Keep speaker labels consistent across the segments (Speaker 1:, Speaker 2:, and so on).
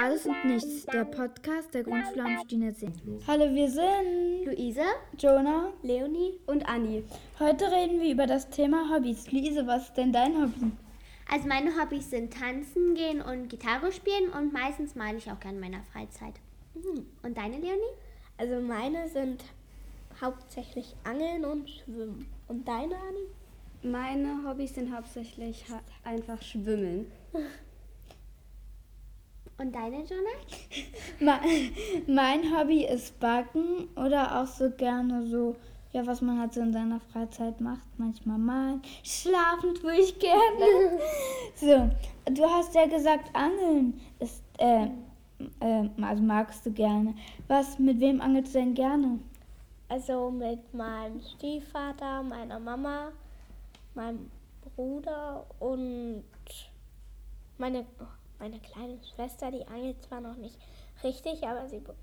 Speaker 1: Alles und Nichts, der Podcast der Grundschule am Stiner See.
Speaker 2: Hallo, wir sind
Speaker 3: Luisa,
Speaker 2: Jonah.
Speaker 3: Leonie und Anni.
Speaker 2: Heute reden wir über das Thema Hobbys. Luise, was ist denn dein Hobby?
Speaker 3: Also meine Hobbys sind tanzen gehen und Gitarre spielen und meistens male ich auch gerne in meiner Freizeit. Und deine Leonie?
Speaker 4: Also meine sind hauptsächlich Angeln und Schwimmen. Und deine, Anni?
Speaker 5: Meine Hobbys sind hauptsächlich ha einfach Schwimmen.
Speaker 3: Und deine, Jonah?
Speaker 2: Me- Mein Hobby ist Backen oder auch so gerne so, ja, was man halt so in seiner Freizeit macht. Manchmal malen. Schlafen tue ich gerne. So, du hast ja gesagt, Angeln ist, äh, äh, also magst du gerne. Was, mit wem angelst du denn gerne?
Speaker 4: Also mit meinem Stiefvater, meiner Mama, meinem Bruder und meine, meine kleine Schwester, die angelt zwar noch nicht richtig, aber sie, be-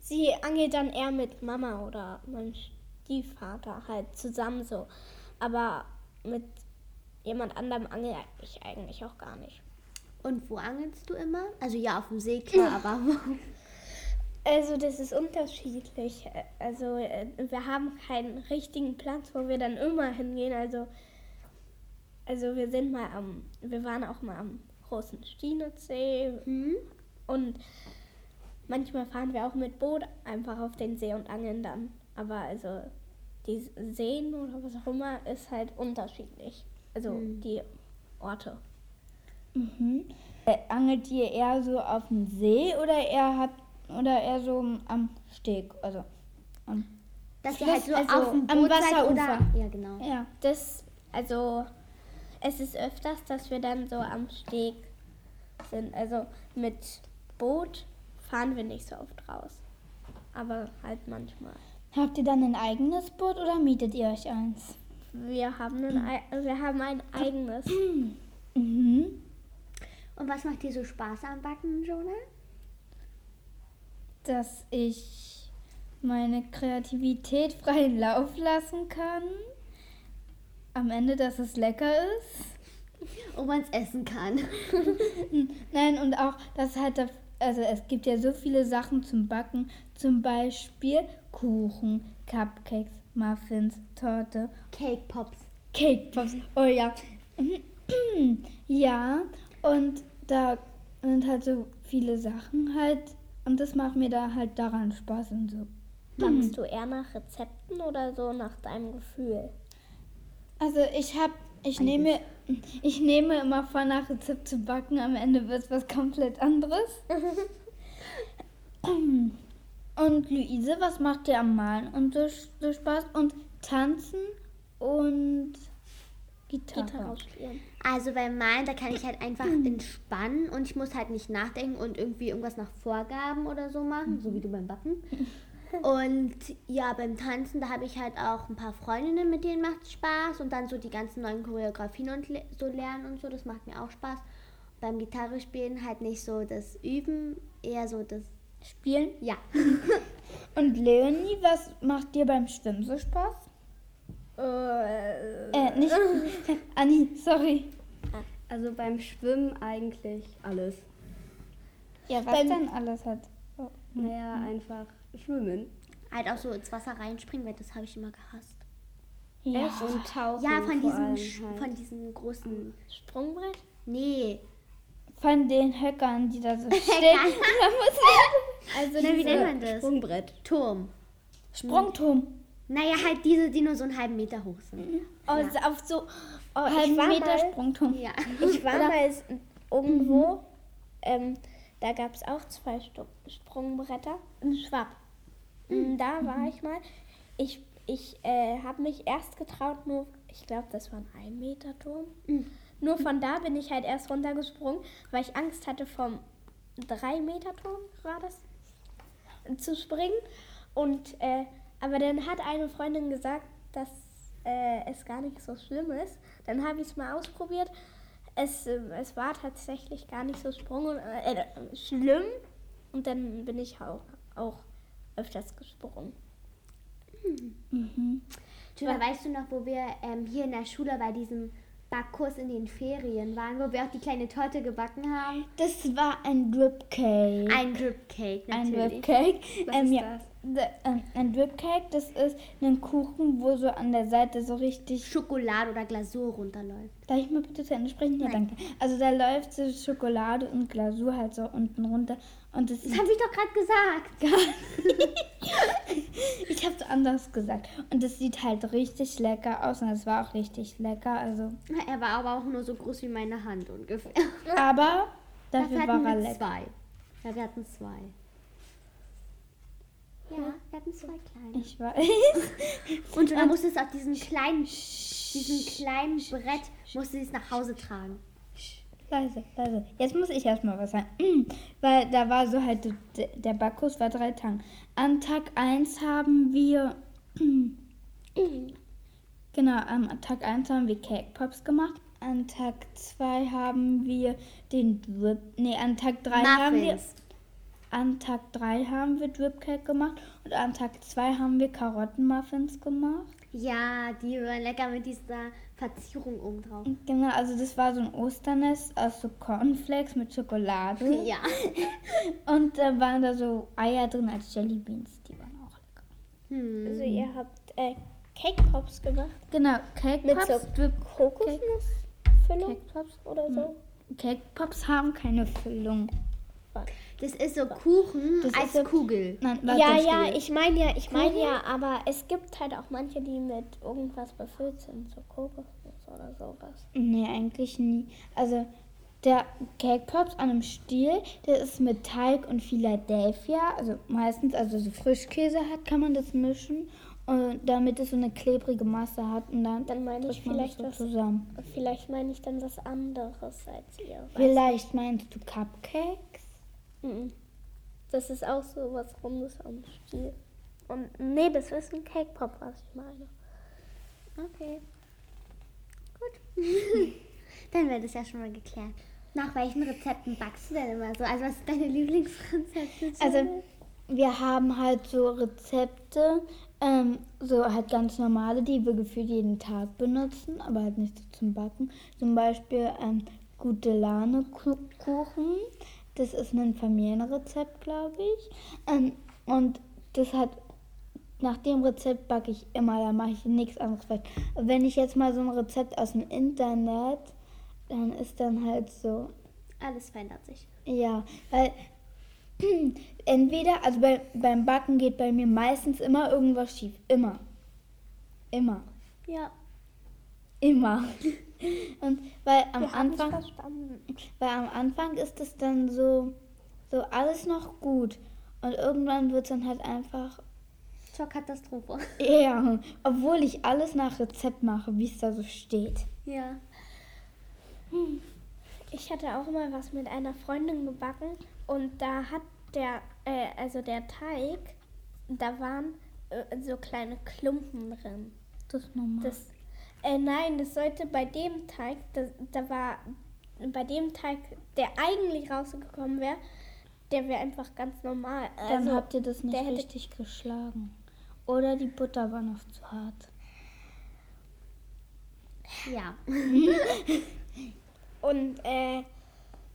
Speaker 4: sie angelt dann eher mit Mama oder meinem Stiefvater halt zusammen so. Aber mit jemand anderem angel ich eigentlich auch gar nicht.
Speaker 3: Und wo angelst du immer? Also ja, auf dem See, klar, aber wo?
Speaker 4: Also das ist unterschiedlich. Ä- Also äh, wir haben keinen richtigen Platz, wo wir dann immer hingehen. Also, also wir sind mal am, wir waren auch mal am großen Stinitzsee
Speaker 3: Hm?
Speaker 4: und manchmal fahren wir auch mit Boot einfach auf den See und angeln dann. Aber also die Seen oder was auch immer ist halt unterschiedlich. Also die Orte.
Speaker 2: Mhm. Äh, angelt ihr eher so auf dem See oder eher habt oder eher so am Steg? Also am
Speaker 3: Dass ihr halt so
Speaker 2: Also,
Speaker 3: auf dem
Speaker 2: am
Speaker 3: Boot seid
Speaker 2: Wasserufer.
Speaker 3: oder... Ja, genau.
Speaker 2: ja.
Speaker 4: Das, also, es ist öfters, dass wir dann so am Steg sind. Also mit Boot fahren wir nicht so oft raus. Aber halt manchmal.
Speaker 2: Habt ihr dann ein eigenes Boot oder mietet ihr euch eins?
Speaker 4: Wir haben ein, ei- also, wir haben ein eigenes.
Speaker 2: Mhm.
Speaker 3: Und was macht dir so Spaß am Backen, Jonah?
Speaker 2: Dass ich meine Kreativität freien Lauf lassen kann. Am Ende, dass es lecker ist.
Speaker 3: Ob man es essen kann.
Speaker 2: Nein, und auch, dass halt, da- also es gibt ja so viele Sachen zum Backen. Zum Beispiel Kuchen, Cupcakes, Muffins, Torte
Speaker 3: Cake Pops.
Speaker 2: Cake Pops. Oh ja. Ja, und da sind halt so viele Sachen halt. Und das macht mir da halt daran Spaß und so.
Speaker 4: Backst du eher nach Rezepten oder so nach deinem Gefühl?
Speaker 2: Also ich hab, ich nehme, ich nehme immer vor, nach Rezept zu backen. Am Ende wird es was komplett anderes. Und Luise, was macht dir am Malen und so, so Spaß? Und Tanzen und Gitarre.
Speaker 4: Gitarre spielen.
Speaker 3: Also beim Malen, da kann ich halt einfach
Speaker 5: Mm.
Speaker 3: entspannen und ich muss halt nicht nachdenken und irgendwie irgendwas nach Vorgaben oder so machen, so wie du beim Backen. Und ja, beim Tanzen, da habe ich halt auch ein paar Freundinnen, mit denen macht Spaß und dann so die ganzen neuen Choreografien und le so lernen und so, das macht mir auch Spaß. Beim Gitarre spielen halt nicht so das Üben, eher so das
Speaker 2: Spielen?
Speaker 3: ja.
Speaker 2: Und Leonie, was macht dir beim Schwimmen so Spaß?
Speaker 4: Äh,
Speaker 2: Äh, nicht. Anni, sorry.
Speaker 5: Also beim Schwimmen eigentlich alles.
Speaker 2: Ja, was beim, denn alles hat.
Speaker 3: Mhm.
Speaker 5: Naja, einfach Schwimmen.
Speaker 3: Halt auch so ins Wasser reinspringen, weil das habe ich immer gehasst.
Speaker 2: Ja.
Speaker 5: Und tauchen.
Speaker 3: Ja, von
Speaker 5: vor
Speaker 3: diesem,
Speaker 5: allem
Speaker 3: Sch-
Speaker 5: halt.
Speaker 3: von diesem großen,
Speaker 4: Sprungbrett?
Speaker 3: nee,
Speaker 2: Von den Höckern, die da so stehen. da muss
Speaker 4: Also
Speaker 3: Na, wie nennt man
Speaker 5: Äh,
Speaker 3: das?
Speaker 5: Sprungbrett.
Speaker 3: Turm.
Speaker 2: Sprungturm.
Speaker 3: Naja, halt diese, die nur so einen halben Meter hoch sind.
Speaker 2: Mhm.
Speaker 4: oh, ist auf so oh, ich
Speaker 2: Halben
Speaker 4: war
Speaker 2: Meter
Speaker 4: mal-
Speaker 2: Sprungturm.
Speaker 3: Ja.
Speaker 4: Ich war mal s- irgendwo, ähm, da gab es auch zwei Stu- Sprungbretter in Schwab. Mm, Da war ich mal. Ich, ich äh, habe mich erst getraut, nur, ich glaube, das war ein Ein-Meter-Turm. Nur von da bin ich halt erst runtergesprungen, weil ich Angst hatte vom 3-Meter-Turm, war das, zu springen. Und, äh, aber dann hat eine Freundin gesagt, dass äh, es gar nicht so schlimm ist. Dann habe ich es mal ausprobiert. Es, ähm, es war tatsächlich gar nicht so sprung, äh, äh, schlimm. Und dann bin ich auch, auch öfters gesprungen.
Speaker 3: Tuna, weißt du noch, wo wir ähm, hier in der Schule bei diesem Backkurs in den Ferien waren, wo wir auch die kleine Torte gebacken haben.
Speaker 2: Das war ein Drip Cake.
Speaker 3: Ein Drip Cake
Speaker 2: Ein
Speaker 3: Ah, natürlich.
Speaker 2: Drip Cake.
Speaker 5: Was
Speaker 2: ähm,
Speaker 5: ist
Speaker 2: ja.
Speaker 5: das?
Speaker 2: D- ähm, ein Drip Cake, das ist ein Kuchen, wo so an der Seite so richtig.
Speaker 3: Schokolade oder Glasur runterläuft.
Speaker 2: Darf ich mal bitte zu Ende sprechen? Ja, danke. Also da läuft so Schokolade und Glasur halt so unten runter. Und das
Speaker 3: Das habe ich doch gerade gesagt.
Speaker 2: Ich habe es anders gesagt. Und es sieht halt richtig lecker aus und es war auch richtig lecker. Also,
Speaker 3: Er war aber auch nur so groß wie meine Hand ungefähr.
Speaker 2: aber dafür
Speaker 3: Dafür
Speaker 2: war
Speaker 3: hatten
Speaker 2: er
Speaker 3: wir
Speaker 2: lecker.
Speaker 3: zwei. Ja, wir hatten zwei. Ja, wir hatten zwei kleine.
Speaker 2: Ich weiß.
Speaker 3: Und du musstest auf diesem kleinen, diesem kleinen Brett, musstest du es nach Hause tragen.
Speaker 2: Leise, leise. Jetzt muss ich erstmal was sagen. Mm, Weil da war so halt, d- der Backkurs war drei Tagen. An Tag 1 haben wir. Genau, am Tag 1 haben wir Cake Pops gemacht. An Tag 2 haben wir den Drip. Nee, an Tag 3 haben wir.
Speaker 3: Muffins.
Speaker 2: An Tag 3 haben wir Drip Cake gemacht und an Tag 2 haben wir Karottenmuffins gemacht.
Speaker 3: Ja, die waren lecker mit dieser Verzierung oben drauf.
Speaker 2: Und Genau, also das war so ein Osternest aus so Cornflakes mit Schokolade.
Speaker 3: Ja.
Speaker 2: Und da waren da so Eier drin als Jellybeans, die waren auch lecker.
Speaker 3: Hm.
Speaker 4: Also ihr habt äh, Cake Pops gemacht
Speaker 2: Genau, Cake
Speaker 4: mit
Speaker 2: Pops,
Speaker 4: so
Speaker 2: Drip
Speaker 4: Kokosnussfüllung
Speaker 2: Cake
Speaker 4: oder so.
Speaker 2: Cake Pops haben keine Füllung.
Speaker 3: Das ist so Kuchen
Speaker 2: Das ist
Speaker 3: als
Speaker 2: so-
Speaker 3: Kugel.
Speaker 2: Nein, warte,
Speaker 4: ja, ja,
Speaker 2: Entschuldigung.
Speaker 4: ich meine ja, ich meine ja, aber es gibt halt auch manche, die mit irgendwas befüllt sind, so Kokosnuss oder sowas.
Speaker 2: Nee, eigentlich nie. Also der Cake Pops an einem Stiel, der ist mit Teig und Philadelphia, also meistens, also so Frischkäse hat, kann man das mischen, und damit es so eine klebrige Masse hat und dann,
Speaker 4: Dann meine ich
Speaker 2: drückt man das
Speaker 4: vielleicht
Speaker 2: so
Speaker 4: was-
Speaker 2: zusammen.
Speaker 4: Vielleicht meine ich dann was anderes als ihr.
Speaker 2: Vielleicht meinst du Cupcakes?
Speaker 4: Mhm. Das ist auch so was Rundes am Stiel. Und nee, das ist ein Cake Pop, was ich meine.
Speaker 3: Okay. Gut. Dann wäre das ja schon mal geklärt. Nach welchen Rezepten backst du denn immer so? Also was ist deine Lieblingsrezepte?
Speaker 2: Also wir haben halt so Rezepte, ähm, so halt ganz normale, die wir gefühlt jeden Tag benutzen, aber halt nicht so zum Backen. Zum Beispiel ähm, gute Lane Ku- Kuchen. Das ist ein Familienrezept, glaube ich. Ähm, und das hat nach dem Rezept backe ich immer, da mache ich nichts anderes falsch. Wenn ich jetzt mal so ein Rezept aus dem Internet, dann ist dann halt so,
Speaker 3: Alles verändert sich.
Speaker 2: ja, weil entweder, also bei, beim Backen geht bei mir meistens immer irgendwas schief. Immer. Immer.
Speaker 3: Ja.
Speaker 2: Immer. Und weil am
Speaker 4: Wir haben's
Speaker 2: Anfang,
Speaker 4: verstanden.
Speaker 2: weil am Anfang ist es dann so, so alles noch gut. Und irgendwann wird es dann halt einfach,
Speaker 3: Zur Katastrophe.
Speaker 2: ja, obwohl ich alles nach Rezept mache, wie es da so steht.
Speaker 3: Ja.
Speaker 4: Ich hatte auch mal was mit einer Freundin gebacken und da hat der, äh, also der Teig, da waren äh, so kleine Klumpen drin.
Speaker 2: Das ist normal.
Speaker 4: Das, äh, nein, das sollte bei dem Teig, das, da war bei dem Teig, der eigentlich rausgekommen wäre, der wäre einfach ganz normal.
Speaker 2: dann
Speaker 4: also,
Speaker 2: habt ihr das nicht
Speaker 4: der hätte-
Speaker 2: richtig geschlagen. Oder die Butter war noch zu hart.
Speaker 3: Ja.
Speaker 4: und äh,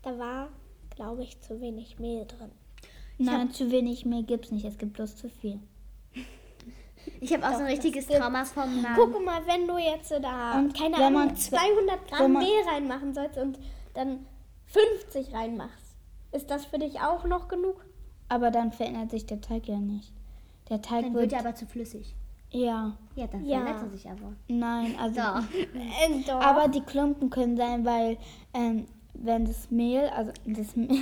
Speaker 4: da war, glaube ich, zu wenig Mehl drin.
Speaker 2: Nein, zu wenig mehr gibt's nicht. Es gibt bloß zu viel.
Speaker 3: Ich habe auch so ein richtiges Trauma vom Namen.
Speaker 4: Guck mal, wenn du jetzt da,
Speaker 2: Und
Speaker 4: keine
Speaker 2: wenn
Speaker 4: Ahnung,
Speaker 2: man-
Speaker 4: 200
Speaker 2: wenn
Speaker 4: Gramm
Speaker 2: man-
Speaker 4: Mehl reinmachen sollst und dann 50 reinmachst, ist das für dich auch noch genug?
Speaker 2: Aber dann verändert sich der Teig ja nicht. Der Teig
Speaker 3: Dann
Speaker 2: wird,
Speaker 3: wird er aber zu flüssig.
Speaker 2: ja,
Speaker 3: Ja, dann
Speaker 4: Ja.
Speaker 3: verändert er sich aber.
Speaker 2: nein, also
Speaker 3: Doch.
Speaker 4: Äh, doch.
Speaker 2: aber die Klumpen können sein, weil ähm, wenn das Mehl, also das Mehl,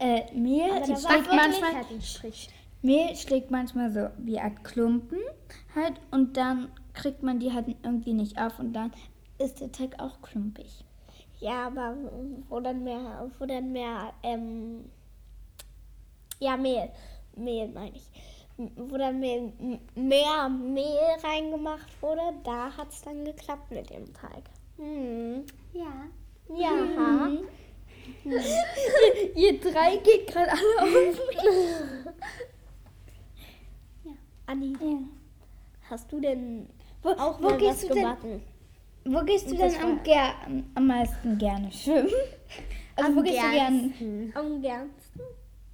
Speaker 2: äh, Mehl,
Speaker 4: da war halt
Speaker 2: schlägt manchmal,
Speaker 3: hat einen Strich.
Speaker 2: Mehl schlägt manchmal so wie Art Klumpen halt und dann kriegt man die halt irgendwie nicht auf und dann ist der Teig auch klumpig.
Speaker 4: Ja, aber wo dann mehr, wo dann mehr, ähm, ja, Mehl, Mehl meine ich. M- Wo dann Mehl, m- mehr Mehl reingemacht wurde, da hat es dann geklappt mit dem Teig. Hm.
Speaker 3: Ja.
Speaker 4: Ja.
Speaker 2: Mhm. Ihr drei geht gerade alle auf.
Speaker 4: Anni, hast du denn
Speaker 2: Wo,
Speaker 4: auch
Speaker 2: wo
Speaker 4: mal
Speaker 2: gehst
Speaker 4: was
Speaker 2: du denn
Speaker 4: gebacken?
Speaker 2: Wo gehst du
Speaker 3: das
Speaker 2: denn am, ger am meisten gerne schwimmen? Also wo
Speaker 3: Am
Speaker 2: gehst, du gern,
Speaker 3: gernsten.
Speaker 4: Am gern.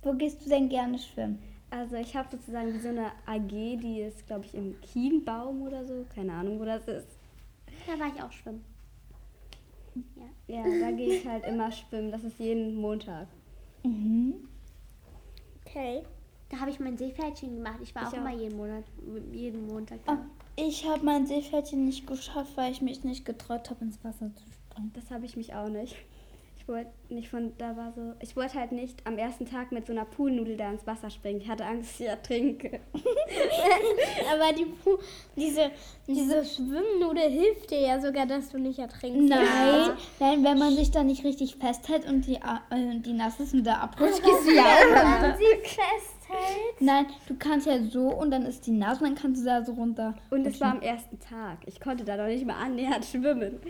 Speaker 2: wo gehst du denn gerne schwimmen?
Speaker 5: Also ich habe sozusagen wie so eine AG, die ist, glaube ich, im Kienbaum oder so. Keine Ahnung, wo das ist.
Speaker 3: Da war ich auch schwimmen.
Speaker 5: Ja, da gehe ich halt immer schwimmen. Das ist jeden Montag.
Speaker 2: Mhm.
Speaker 4: Okay.
Speaker 3: Da habe ich mein Seepferdchen gemacht. Ich war auch, immer jeden Monat, jeden Montag.
Speaker 2: Oh,
Speaker 3: da.
Speaker 2: ich habe mein Seepferdchen nicht geschafft, weil ich mich nicht getraut habe, ins Wasser zu springen.
Speaker 5: Das habe ich mich auch nicht. Ich wollte nicht von, da war so, ich wollte halt nicht am ersten Tag mit so einer Poolnudel da ins Wasser springen. Ich hatte Angst, dass ich ertrinke.
Speaker 4: Aber die Pu diese, diese Schwimmnudel hilft dir ja sogar, dass du nicht ertrinkst.
Speaker 2: Nein, nein, wenn man sich da nicht richtig festhält und die, A- äh, die nass ist und da abrutscht, gehst du ja auch runter.
Speaker 4: Sie festhält.
Speaker 2: Nein, du kannst ja so und dann ist die nass und dann kannst du da so runter.
Speaker 5: Und es war am ersten Tag. Ich konnte da noch nicht mal annähernd schwimmen.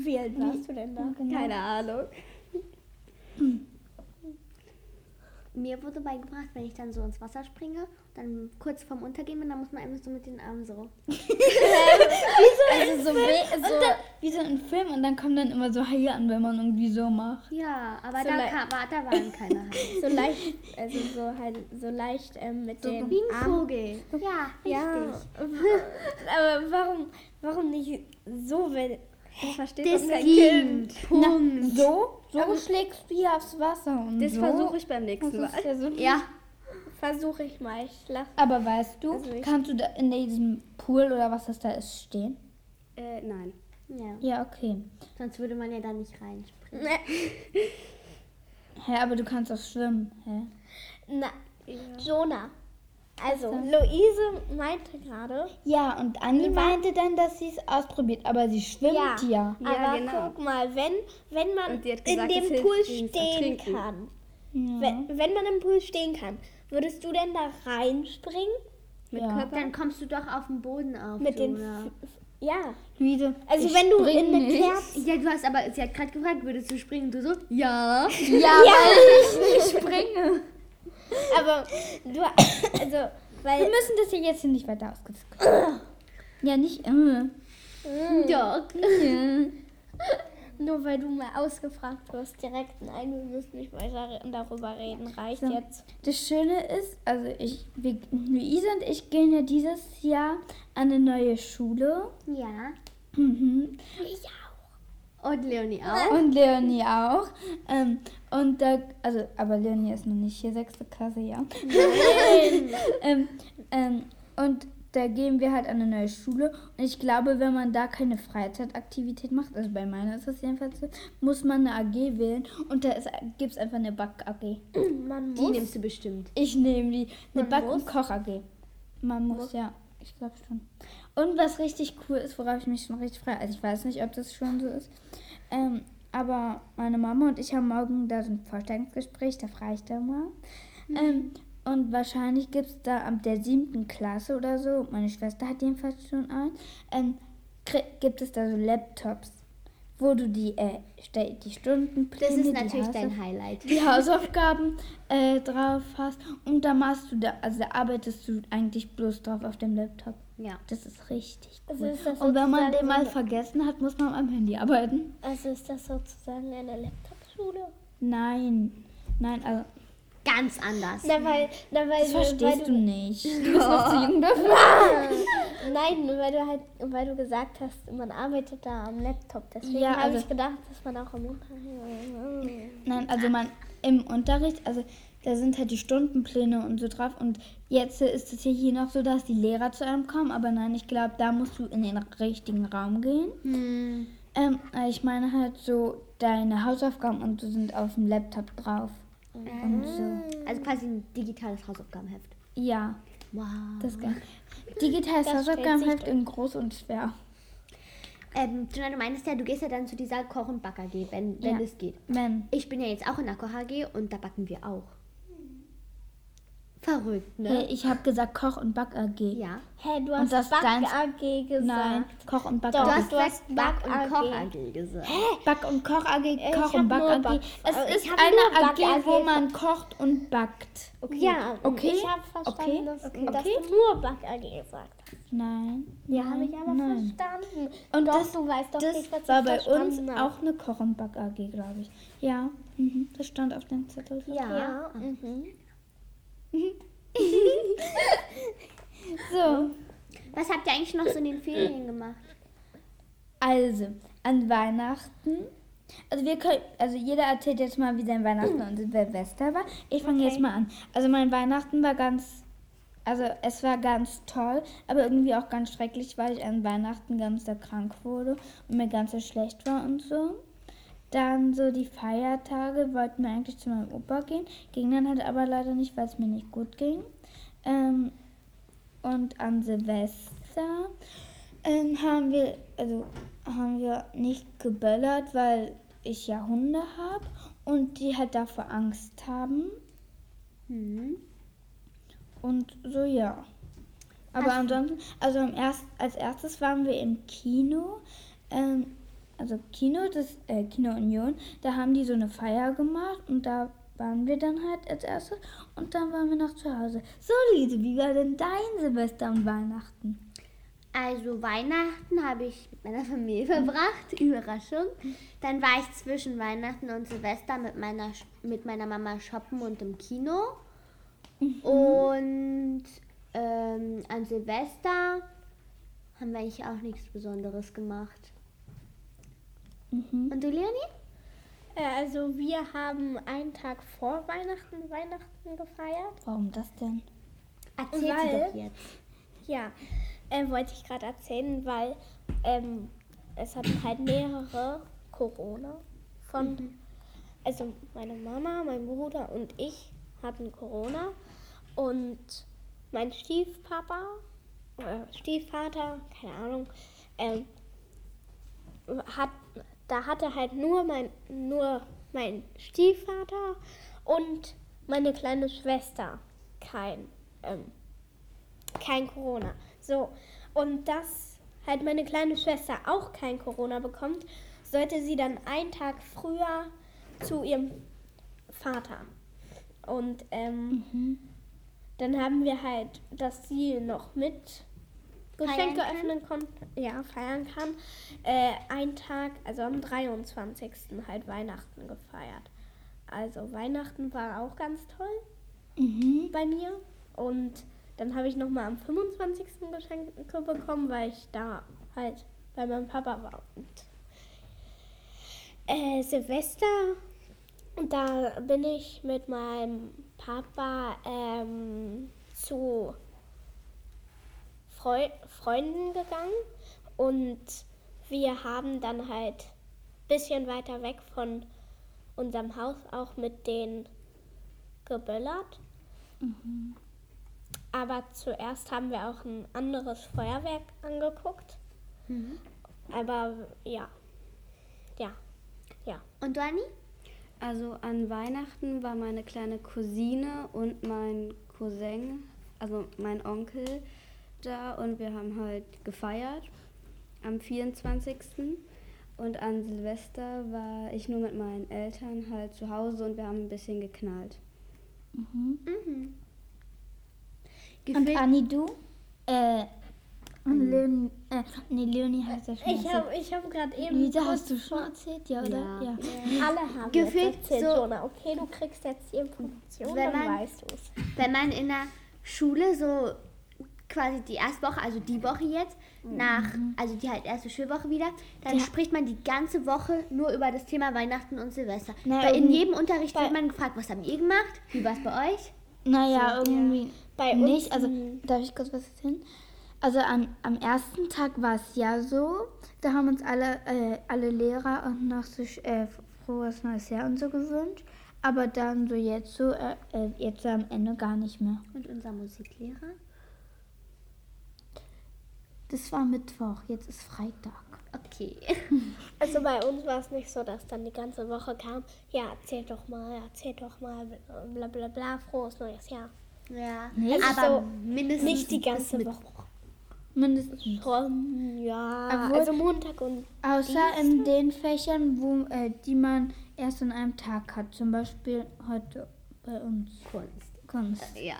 Speaker 4: Wie alt warst du denn da?
Speaker 5: Keine Ahnung.
Speaker 3: Mir wurde beigebracht, wenn ich dann so ins Wasser springe, dann kurz vorm Untergehen bin, dann muss man einfach so mit den Armen so.
Speaker 2: Also so, we- so wie so ein Film und dann kommen dann immer so Haie an, wenn man irgendwie so macht.
Speaker 3: Ja, aber
Speaker 4: So
Speaker 3: da,
Speaker 4: le-
Speaker 3: kam, war, da waren keine Haare.
Speaker 4: So leicht, also so halt, so leicht ähm, mit
Speaker 3: So
Speaker 4: den
Speaker 3: wie ein
Speaker 4: Armen.
Speaker 3: Vogel. Ja, richtig.
Speaker 4: Ja. Aber warum, warum nicht so, wenn.
Speaker 5: Ich verstehe
Speaker 3: Das
Speaker 5: das kein Kind.
Speaker 3: ging.
Speaker 2: Na, so? So schlägst du ja aufs Wasser und
Speaker 5: Das
Speaker 2: so.
Speaker 5: versuche ich beim
Speaker 2: Das
Speaker 5: nächsten Mal.
Speaker 2: ist ja so
Speaker 3: Ja,
Speaker 4: Versuche ich mal. Ich lach.
Speaker 2: Aber weißt du,
Speaker 4: Also ich-
Speaker 2: kannst du da in diesem Pool oder was das da ist stehen?
Speaker 5: Äh, nein.
Speaker 3: ja.
Speaker 2: Ja, okay.
Speaker 3: Sonst würde man ja da nicht reinspringen.
Speaker 2: Hä, aber du kannst auch schwimmen, hä?
Speaker 4: Na, Jonah. Also, Luise meinte gerade.
Speaker 2: Ja, und Anni meinte dann, dass sie es ausprobiert, aber sie schwimmt ja.
Speaker 4: Aber
Speaker 5: genau.
Speaker 4: guck mal, wenn, wenn man
Speaker 5: Und sie hat
Speaker 4: in
Speaker 5: gesagt, es
Speaker 4: dem
Speaker 5: hilft
Speaker 4: Pool
Speaker 5: gegen das
Speaker 4: stehen
Speaker 5: Ertrinken.
Speaker 4: kann.
Speaker 2: Mhm.
Speaker 4: Wenn, wenn man im Pool stehen kann, würdest du denn da reinspringen?
Speaker 5: Mit
Speaker 2: Ja.
Speaker 5: Körper.
Speaker 3: Dann kommst du doch auf den Boden auf.
Speaker 4: Mit den.
Speaker 3: Jonah.
Speaker 4: F- F- Ja.
Speaker 2: Luise,
Speaker 4: Also,
Speaker 2: ich
Speaker 4: wenn du
Speaker 2: spring
Speaker 4: in eine
Speaker 2: nicht.
Speaker 4: Kerze.
Speaker 3: Ja, du hast aber, sie hat gerade gefragt, würdest du springen? Du so,
Speaker 2: Ja,
Speaker 3: ja.
Speaker 2: weil ich nicht springe.
Speaker 4: Aber du. Also,
Speaker 2: Wir
Speaker 4: weil.
Speaker 2: müssen das hier jetzt hier nicht weiter ausdiskutieren. ja, nicht immer.
Speaker 3: Doch.
Speaker 4: hm, Nur weil du mal ausgefragt wirst, direkt. Nein, wir müssen nicht weiter re- darüber reden. Reicht
Speaker 2: So.
Speaker 4: jetzt.
Speaker 2: Das Schöne ist, also ich, wir, Luisa und ich gehen ja dieses Jahr an eine neue Schule.
Speaker 3: Ja.
Speaker 2: Mhm.
Speaker 3: Und Leonie auch.
Speaker 2: Und Leonie auch. Ähm, und da, also, aber Leonie ist noch nicht hier, sechste Klasse, ja. ähm, ähm, und da gehen wir halt an eine neue Schule. Und ich glaube, wenn man da keine Freizeitaktivität macht, also bei meiner ist das jedenfalls so, muss man eine AG wählen. Und da gibt es einfach eine Back-AG.
Speaker 4: Man
Speaker 3: Die
Speaker 4: muss.
Speaker 3: nimmst du bestimmt.
Speaker 2: Ich nehme die. Eine
Speaker 4: Man
Speaker 2: Back- und
Speaker 4: muss.
Speaker 2: Koch-AG. Man muss, ja. Ich glaube schon. Und was richtig cool ist, worauf ich mich schon richtig freue, also ich weiß nicht, ob das schon so ist, ähm, aber meine Mama und ich haben morgen da so ein Vorstellungsgespräch, da frage ich da mal.
Speaker 3: Mhm.
Speaker 2: Ähm, und wahrscheinlich gibt es da ab der siebten Klasse oder so, meine Schwester hat jedenfalls schon einen, ähm, krie- gibt es da so Laptops, wo du die, äh, stell- die Stundenpläne,
Speaker 3: Das ist
Speaker 2: die
Speaker 3: natürlich
Speaker 2: Hausaufgaben-
Speaker 3: dein Highlight.
Speaker 2: die Hausaufgaben äh, drauf hast und da machst du da, also da arbeitest du eigentlich bloß drauf auf dem Laptop.
Speaker 3: Ja.
Speaker 2: Das ist richtig cool.
Speaker 4: Also ist das
Speaker 2: und wenn man
Speaker 4: sozusagen
Speaker 2: den mal
Speaker 4: so
Speaker 2: vergessen hat, muss man am Handy arbeiten.
Speaker 4: Also ist das sozusagen eine Laptop-Schule?
Speaker 2: Nein, nein, also
Speaker 3: Ganz anders.
Speaker 4: Na, weil, na, weil,
Speaker 2: das verstehst
Speaker 4: Also, weil
Speaker 2: du nicht. Du bist noch zu jung dafür.
Speaker 4: Nein, nur weil du halt, weil du gesagt hast, man arbeitet da am Laptop. Deswegen
Speaker 2: Ja,
Speaker 4: habe
Speaker 2: also-
Speaker 4: ich gedacht, dass man auch am Unterricht.
Speaker 2: Nein, also man im Unterricht, also da sind halt die Stundenpläne und so drauf. Und jetzt ist es ja hier noch so, dass die Lehrer zu einem kommen. Aber nein, ich glaube, da musst du in den richtigen Raum gehen.
Speaker 3: Hm.
Speaker 2: Ähm, äh, ich meine halt so, deine Hausaufgaben und so sind auf dem Laptop drauf. Und so.
Speaker 3: Also quasi ein digitales Hausaufgabenheft.
Speaker 2: Ja,
Speaker 3: Wow.
Speaker 2: das ist geil. Digitales
Speaker 4: Das stellt
Speaker 2: Hausaufgabenheft in groß und schwer.
Speaker 3: Ähm, Jonah, du meinst ja, du gehst ja dann zu dieser Koch- und Back-AG, wenn, wenn
Speaker 2: Ja.
Speaker 3: es geht.
Speaker 2: Man.
Speaker 4: Hm.
Speaker 3: Ich bin ja jetzt auch in der Koch-AG und da backen wir auch. Verrückt, ne?
Speaker 2: Hey, ich habe gesagt Koch- und Back-AG.
Speaker 3: Ja.
Speaker 4: Hey, du
Speaker 2: Und
Speaker 4: hast
Speaker 2: das deins-
Speaker 4: Back-AG gesagt.
Speaker 2: Nein, Koch- und
Speaker 4: Doch.
Speaker 2: Back-AG.
Speaker 4: Du hast
Speaker 3: Back- und
Speaker 4: Back-
Speaker 3: Koch-AG gesagt.
Speaker 2: Back- und Koch-AG, Koch-
Speaker 4: Äh, hab
Speaker 2: und Back-AG.
Speaker 4: nur Back- Oh,
Speaker 2: es
Speaker 4: ich
Speaker 2: ist
Speaker 4: hab
Speaker 2: eine
Speaker 4: nur
Speaker 2: AG,
Speaker 4: Back-AG
Speaker 2: wo man kocht und backt.
Speaker 4: Ja,
Speaker 2: Okay.
Speaker 4: ich habe verstanden,
Speaker 2: Okay.
Speaker 4: Dass,
Speaker 2: Okay.
Speaker 4: dass
Speaker 2: Okay.
Speaker 4: du nur Back-AG gesagt hast.
Speaker 2: Nein.
Speaker 4: Ja, habe ich aber
Speaker 2: Nein.
Speaker 4: verstanden.
Speaker 2: Und
Speaker 4: doch,
Speaker 2: das,
Speaker 4: du weißt doch
Speaker 2: das
Speaker 4: nicht, was
Speaker 2: war
Speaker 4: ich
Speaker 2: bei uns
Speaker 4: verstanden hab.
Speaker 2: auch eine Koch- und Back-AG, glaube ich. Ja, mhm. das stand auf dem Zettel.
Speaker 4: Ja. Mhm.
Speaker 2: So.
Speaker 3: Was habt ihr eigentlich noch so in den
Speaker 4: Äh.
Speaker 3: Ferien gemacht?
Speaker 2: Also, an Weihnachten. Also wir können, also jeder erzählt jetzt mal, wie sein Weihnachten und Silvester war. Ich fange jetzt mal an. Also mein Weihnachten war ganz, also es war ganz toll, aber irgendwie auch ganz schrecklich, weil ich an Weihnachten ganz sehr krank wurde und mir ganz so schlecht war und so. Dann so die Feiertage wollten wir eigentlich zu meinem Opa gehen, ging dann halt aber leider nicht, weil es mir nicht gut ging. Ähm, und an Silvester ähm, haben wir, also haben wir nicht geböllert, weil ich ja Hunde habe und die halt davor Angst haben.
Speaker 3: Hm.
Speaker 2: Und so ja. Aber ansonsten, also am erst, als erstes waren wir im Kino. Ähm, also Kino, das äh, Kino Union, da haben die so eine Feier gemacht und da waren wir dann halt als erstes und dann waren wir noch zu Hause. So Lise, wie war denn dein Silvester und Weihnachten?
Speaker 3: Also Weihnachten habe ich mit meiner Familie verbracht, Überraschung. Dann war ich zwischen Weihnachten und Silvester mit meiner, Sch- mit meiner Mama shoppen und im Kino. Und ähm, an Silvester haben wir eigentlich auch nichts Besonderes gemacht.
Speaker 2: Mhm.
Speaker 3: Und du, Leonie?
Speaker 4: Äh, Also wir haben einen Tag vor Weihnachten Weihnachten gefeiert.
Speaker 2: Warum das denn?
Speaker 3: Erzähl sie
Speaker 4: Weil-
Speaker 3: doch jetzt.
Speaker 4: Ja, äh, wollte ich gerade erzählen, weil ähm, es hatten halt mehrere Corona von, also meine Mama, mein Bruder und ich hatten Corona und mein Stiefpapa, äh, Stiefvater, keine Ahnung, ähm, hat, da hatte halt nur mein, nur mein Stiefvater und meine kleine Schwester kein ähm, kein Corona. So, und dass halt meine kleine Schwester auch kein Corona bekommt, sollte sie dann einen Tag früher zu ihrem Vater. Und ähm,
Speaker 3: Mhm.
Speaker 4: dann haben wir halt, dass sie noch mit Geschenke
Speaker 3: Feiern kann?
Speaker 4: öffnen konnte, ja, feiern kann, äh, einen Tag, also am 23. halt Weihnachten gefeiert. Also Weihnachten war auch ganz toll bei mir. Und dann habe ich nochmal am 25. Geschenke bekommen, weil ich da halt bei meinem Papa war. Und äh, Silvester, und da bin ich mit meinem Papa ähm, zu Freu Freunden gegangen und wir haben dann halt ein bisschen weiter weg von unserem Haus auch mit denen geböllert. Aber zuerst haben wir auch ein anderes Feuerwerk angeguckt. Mhm. Aber ja, ja, ja.
Speaker 3: Und du, Anni?
Speaker 5: Also an Weihnachten war meine kleine Cousine und mein Cousin, also mein Onkel, da und wir haben halt gefeiert am 24. Und an Silvester war ich nur mit meinen Eltern halt zu Hause und wir haben ein bisschen geknallt.
Speaker 2: Mhm. Und Anni, du? Äh, und Leonie, äh, nee, Leonie heißt ja schon. erzählt.
Speaker 4: ich hab gerade
Speaker 2: Lisa, hast du schon erzählt? Ja, oder?
Speaker 3: Ja.
Speaker 4: alle haben
Speaker 3: Gefühlt
Speaker 4: jetzt erzählt,
Speaker 3: so-
Speaker 4: Jonah. Okay, du kriegst jetzt die Information,
Speaker 3: Wenn
Speaker 4: dann
Speaker 3: man-
Speaker 4: weißt du es.
Speaker 3: wenn man in der Schule so quasi die erste Woche, also die Woche jetzt, nach, also die halt erste Schulwoche wieder, dann spricht man die ganze Woche nur über das Thema Weihnachten und Silvester.
Speaker 2: Na,
Speaker 3: Weil in
Speaker 2: irgendwie-
Speaker 3: jedem Unterricht wird man gefragt, was habt ihr gemacht? Wie war es bei euch?
Speaker 2: Naja, irgendwie
Speaker 4: Bei uns,
Speaker 2: nicht. Also, darf ich kurz was erzählen? Also an, am ersten Tag war es ja so, da haben uns alle, äh, alle Lehrer und noch so sch- äh, frohes neues Jahr und so gewünscht. Aber dann so jetzt so, äh, äh, jetzt so am Ende gar nicht mehr.
Speaker 3: Und unser Musiklehrer?
Speaker 2: Das war Mittwoch, jetzt ist Freitag.
Speaker 3: Okay.
Speaker 4: Also bei uns war es nicht so, dass dann die ganze Woche kam, ja, erzähl doch mal, erzähl doch mal, bla bla bla, frohes neues Jahr.
Speaker 3: Ja,
Speaker 2: Nicht
Speaker 3: aber
Speaker 4: so-
Speaker 3: mindestens
Speaker 4: Nicht die
Speaker 3: bis
Speaker 4: ganze
Speaker 3: mit-
Speaker 4: Woche.
Speaker 2: Mindestens.
Speaker 4: Schon, ja.
Speaker 2: Obwohl-
Speaker 4: also Montag und
Speaker 2: Außer in den Fächern, wo, äh, die man erst an einem Tag hat. Zum Beispiel heute bei uns
Speaker 3: Kunst.
Speaker 2: Kunst.
Speaker 3: Ja.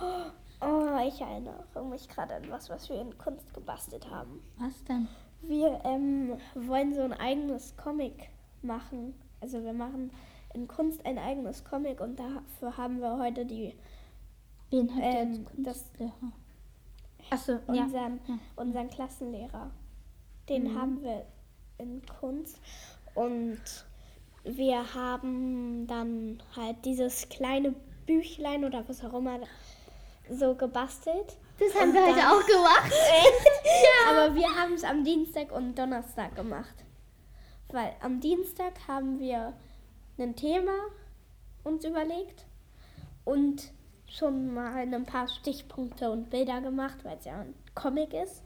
Speaker 4: Oh, ich erinnere mich gerade an was, was wir in Kunst gebastelt haben.
Speaker 2: Was denn?
Speaker 4: Wir ähm, wollen so ein eigenes Comic machen. Also wir machen in Kunst ein eigenes Comic und dafür haben wir heute die
Speaker 2: Wen habt ihr
Speaker 4: Ähm,
Speaker 2: als Kunstlehrer? Achso, ja.
Speaker 4: unseren,
Speaker 2: ja. Mhm.
Speaker 4: unseren Klassenlehrer. Den haben wir in Kunst. Und wir haben dann halt dieses kleine Büchlein oder was auch immer so gebastelt.
Speaker 3: Das haben wir heute auch gemacht.
Speaker 4: Aber wir haben es am Dienstag und Donnerstag gemacht. Weil am Dienstag haben wir ein Thema uns überlegt und schon mal ein paar Stichpunkte und Bilder gemacht, weil es ja ein Comic ist.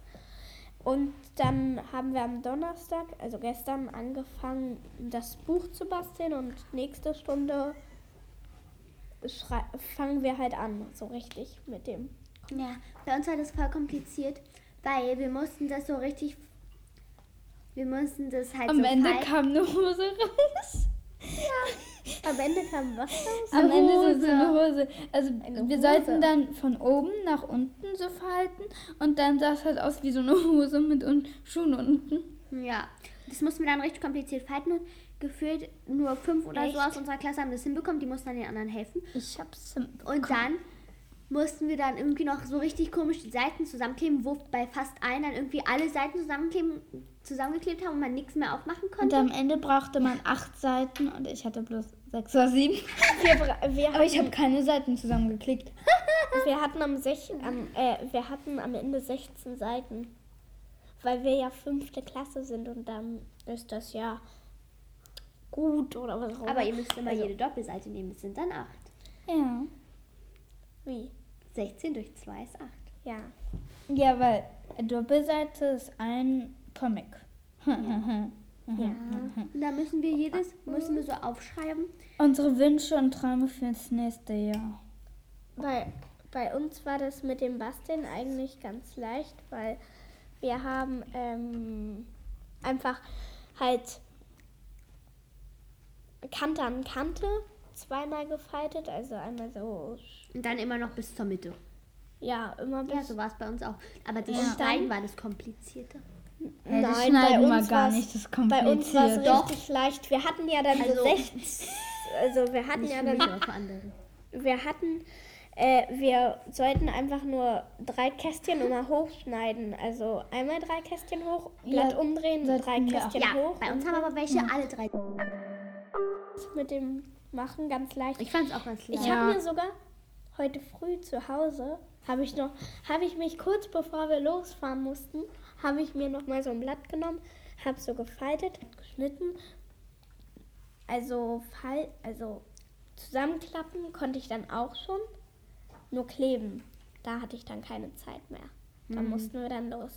Speaker 4: Und dann haben wir am Donnerstag, also gestern, angefangen, das Buch zu basteln und nächste Stunde schrei- fangen wir halt an, so richtig mit dem.
Speaker 3: Ja, bei uns war das voll kompliziert, weil wir mussten das so richtig. Wir mussten das halt
Speaker 2: Am
Speaker 3: so
Speaker 2: Ende
Speaker 3: falten.
Speaker 2: kam eine Hose raus.
Speaker 4: Am Ende kam was raus?
Speaker 2: Am Ende ist es eine Hose. Also wir sollten
Speaker 4: Hose.
Speaker 2: dann von oben nach unten so falten und dann sah es halt aus wie so eine Hose mit un Schuhen unten.
Speaker 3: Ja, das mussten wir dann richtig kompliziert falten und gefühlt nur fünf oder so aus unserer Klasse haben das hinbekommen. Die mussten dann den anderen helfen.
Speaker 2: Ich hab's.
Speaker 3: Und dann mussten wir dann irgendwie noch so richtig komisch die Seiten zusammenkleben, wo bei fast allen dann irgendwie alle Seiten zusammenkleben, zusammengeklebt haben und man nichts mehr aufmachen
Speaker 2: Und
Speaker 3: konnte.
Speaker 2: am Ende brauchte man acht Seiten und ich hatte bloß sechs oder sieben.
Speaker 4: Wir, bra- wir
Speaker 2: Aber ich habe keine Seiten zusammengeklickt.
Speaker 4: Wir hatten am, sech, am, äh, wir hatten am Ende 16 Seiten, weil wir ja fünfte Klasse sind und dann ist das ja gut oder was auch immer.
Speaker 3: Aber ihr müsst immer
Speaker 4: Also-
Speaker 3: jede Doppelseite nehmen, das sind dann acht.
Speaker 2: Ja.
Speaker 4: Wie?
Speaker 3: 16 durch 2 ist 8.
Speaker 4: Ja.
Speaker 2: Ja, weil Doppelseite ist ein Comic.
Speaker 3: Mhm.
Speaker 2: Hm.
Speaker 3: Und da müssen wir jedes, müssen wir so aufschreiben.
Speaker 2: Unsere Wünsche und Träume fürs nächste Jahr.
Speaker 4: Bei, bei uns war das mit dem Basteln eigentlich ganz leicht, weil wir haben ähm, einfach halt Kante an Kante zweimal gefaltet, also einmal so,
Speaker 3: Und dann immer noch bis zur Mitte.
Speaker 4: ja, immer bis
Speaker 3: Ja, so war es bei uns auch. Aber das
Speaker 2: Ja.
Speaker 3: Stein war das Komplizierte.
Speaker 2: Hey, das
Speaker 4: Nein,
Speaker 2: schneiden
Speaker 4: bei
Speaker 2: wir
Speaker 4: uns
Speaker 2: gar
Speaker 4: war's-
Speaker 2: nicht, das ist
Speaker 4: Bei uns war es
Speaker 2: kompliziert.
Speaker 3: Doch.
Speaker 4: richtig leicht. Wir hatten ja dann
Speaker 3: Also-
Speaker 4: so 60. Also wir hatten
Speaker 3: Nicht
Speaker 4: ja
Speaker 3: für mich,
Speaker 4: dann,
Speaker 3: aber für andere.
Speaker 4: wir hatten, äh, wir sollten einfach nur drei Kästchen immer hochschneiden. Also einmal drei Kästchen hoch, Blatt
Speaker 2: Ja,
Speaker 4: umdrehen,
Speaker 2: sollten
Speaker 4: drei
Speaker 2: wir
Speaker 4: Kästchen
Speaker 3: Ja,
Speaker 4: hoch.
Speaker 3: bei uns haben aber welche alle drei.
Speaker 4: Mit dem Machen ganz leicht.
Speaker 3: Ich fand es auch ganz
Speaker 4: Ich
Speaker 3: leicht.
Speaker 4: habe mir sogar heute früh zu Hause habe ich noch habe ich mich kurz bevor wir losfahren mussten, habe ich mir noch mal so ein Blatt genommen, habe so gefaltet, geschnitten. Also fall also zusammenklappen konnte ich dann auch schon, nur kleben. Da hatte ich dann keine Zeit mehr. Da mussten wir dann los.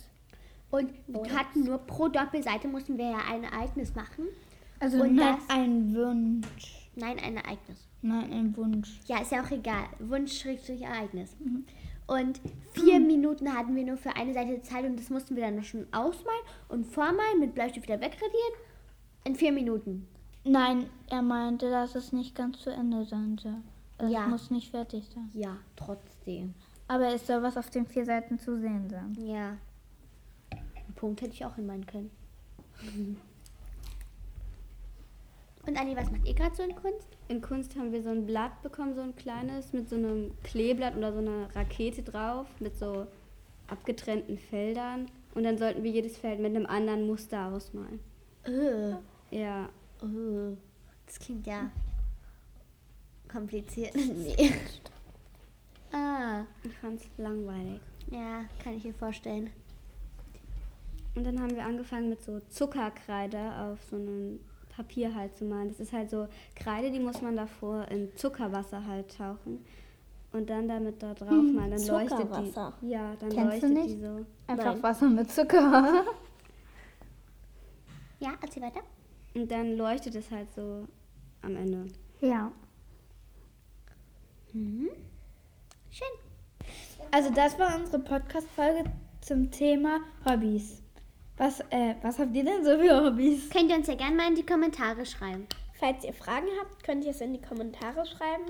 Speaker 3: Und wir hatten nur pro Doppelseite mussten wir ja ein Ereignis machen.
Speaker 2: Also
Speaker 3: Und
Speaker 2: nein,
Speaker 3: das-
Speaker 2: ein Wunsch.
Speaker 3: Nein, ein Ereignis.
Speaker 2: Nein, ein Wunsch.
Speaker 3: Ja, ist ja auch egal. Wunsch-Ereignis. Und vier Minuten hatten wir nur für eine Seite Zeit und das mussten wir dann schon ausmalen und vormalen, mit Bleistift wieder wegradieren. In vier Minuten.
Speaker 2: Nein, er meinte, dass es nicht ganz zu Ende sein soll. Also
Speaker 3: Ja.
Speaker 2: Es muss nicht fertig sein.
Speaker 3: Ja, trotzdem.
Speaker 2: Aber es soll was auf den vier Seiten zu sehen sein.
Speaker 3: Ja. Einen Punkt hätte ich auch hinmalen können. Und Anni, was macht ihr gerade so in Kunst?
Speaker 5: In Kunst haben wir so ein Blatt bekommen, so ein kleines, mit so einem Kleeblatt oder so einer Rakete drauf, mit so abgetrennten Feldern. Und dann sollten wir jedes Feld mit einem anderen Muster ausmalen.
Speaker 3: Äh,
Speaker 5: Ja,
Speaker 3: äh, das klingt ja kompliziert. nee. Ah,
Speaker 5: ich fand's langweilig.
Speaker 3: ja, kann ich mir vorstellen.
Speaker 5: Und dann haben wir angefangen mit so Zuckerkreide auf so einem Papier halt zu malen. Das ist halt so Kreide, die muss man davor in Zuckerwasser halt tauchen. Und dann damit da drauf malen. Dann
Speaker 4: Zuckerwasser.
Speaker 5: leuchtet die. Ja, dann
Speaker 2: Hm, Kennst du
Speaker 5: leuchtet
Speaker 2: nicht?
Speaker 5: die so.
Speaker 2: Einfach
Speaker 4: Nein.
Speaker 2: Wasser mit Zucker.
Speaker 3: Ja, erzähl weiter.
Speaker 5: Und dann leuchtet es halt so am Ende.
Speaker 2: ja. Also das war unsere Podcast-Folge zum Thema Hobbys. Was, äh, was habt ihr denn so für Hobbys?
Speaker 3: Könnt ihr uns ja gerne mal in die Kommentare schreiben.
Speaker 4: Falls ihr Fragen habt, könnt ihr es in die Kommentare schreiben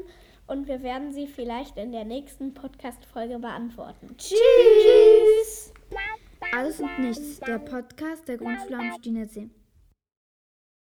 Speaker 4: und wir werden sie vielleicht in der nächsten Podcast-Folge beantworten.
Speaker 2: Tschüss.
Speaker 1: Alles und nichts, der Podcast der Grundschule am Stienersee.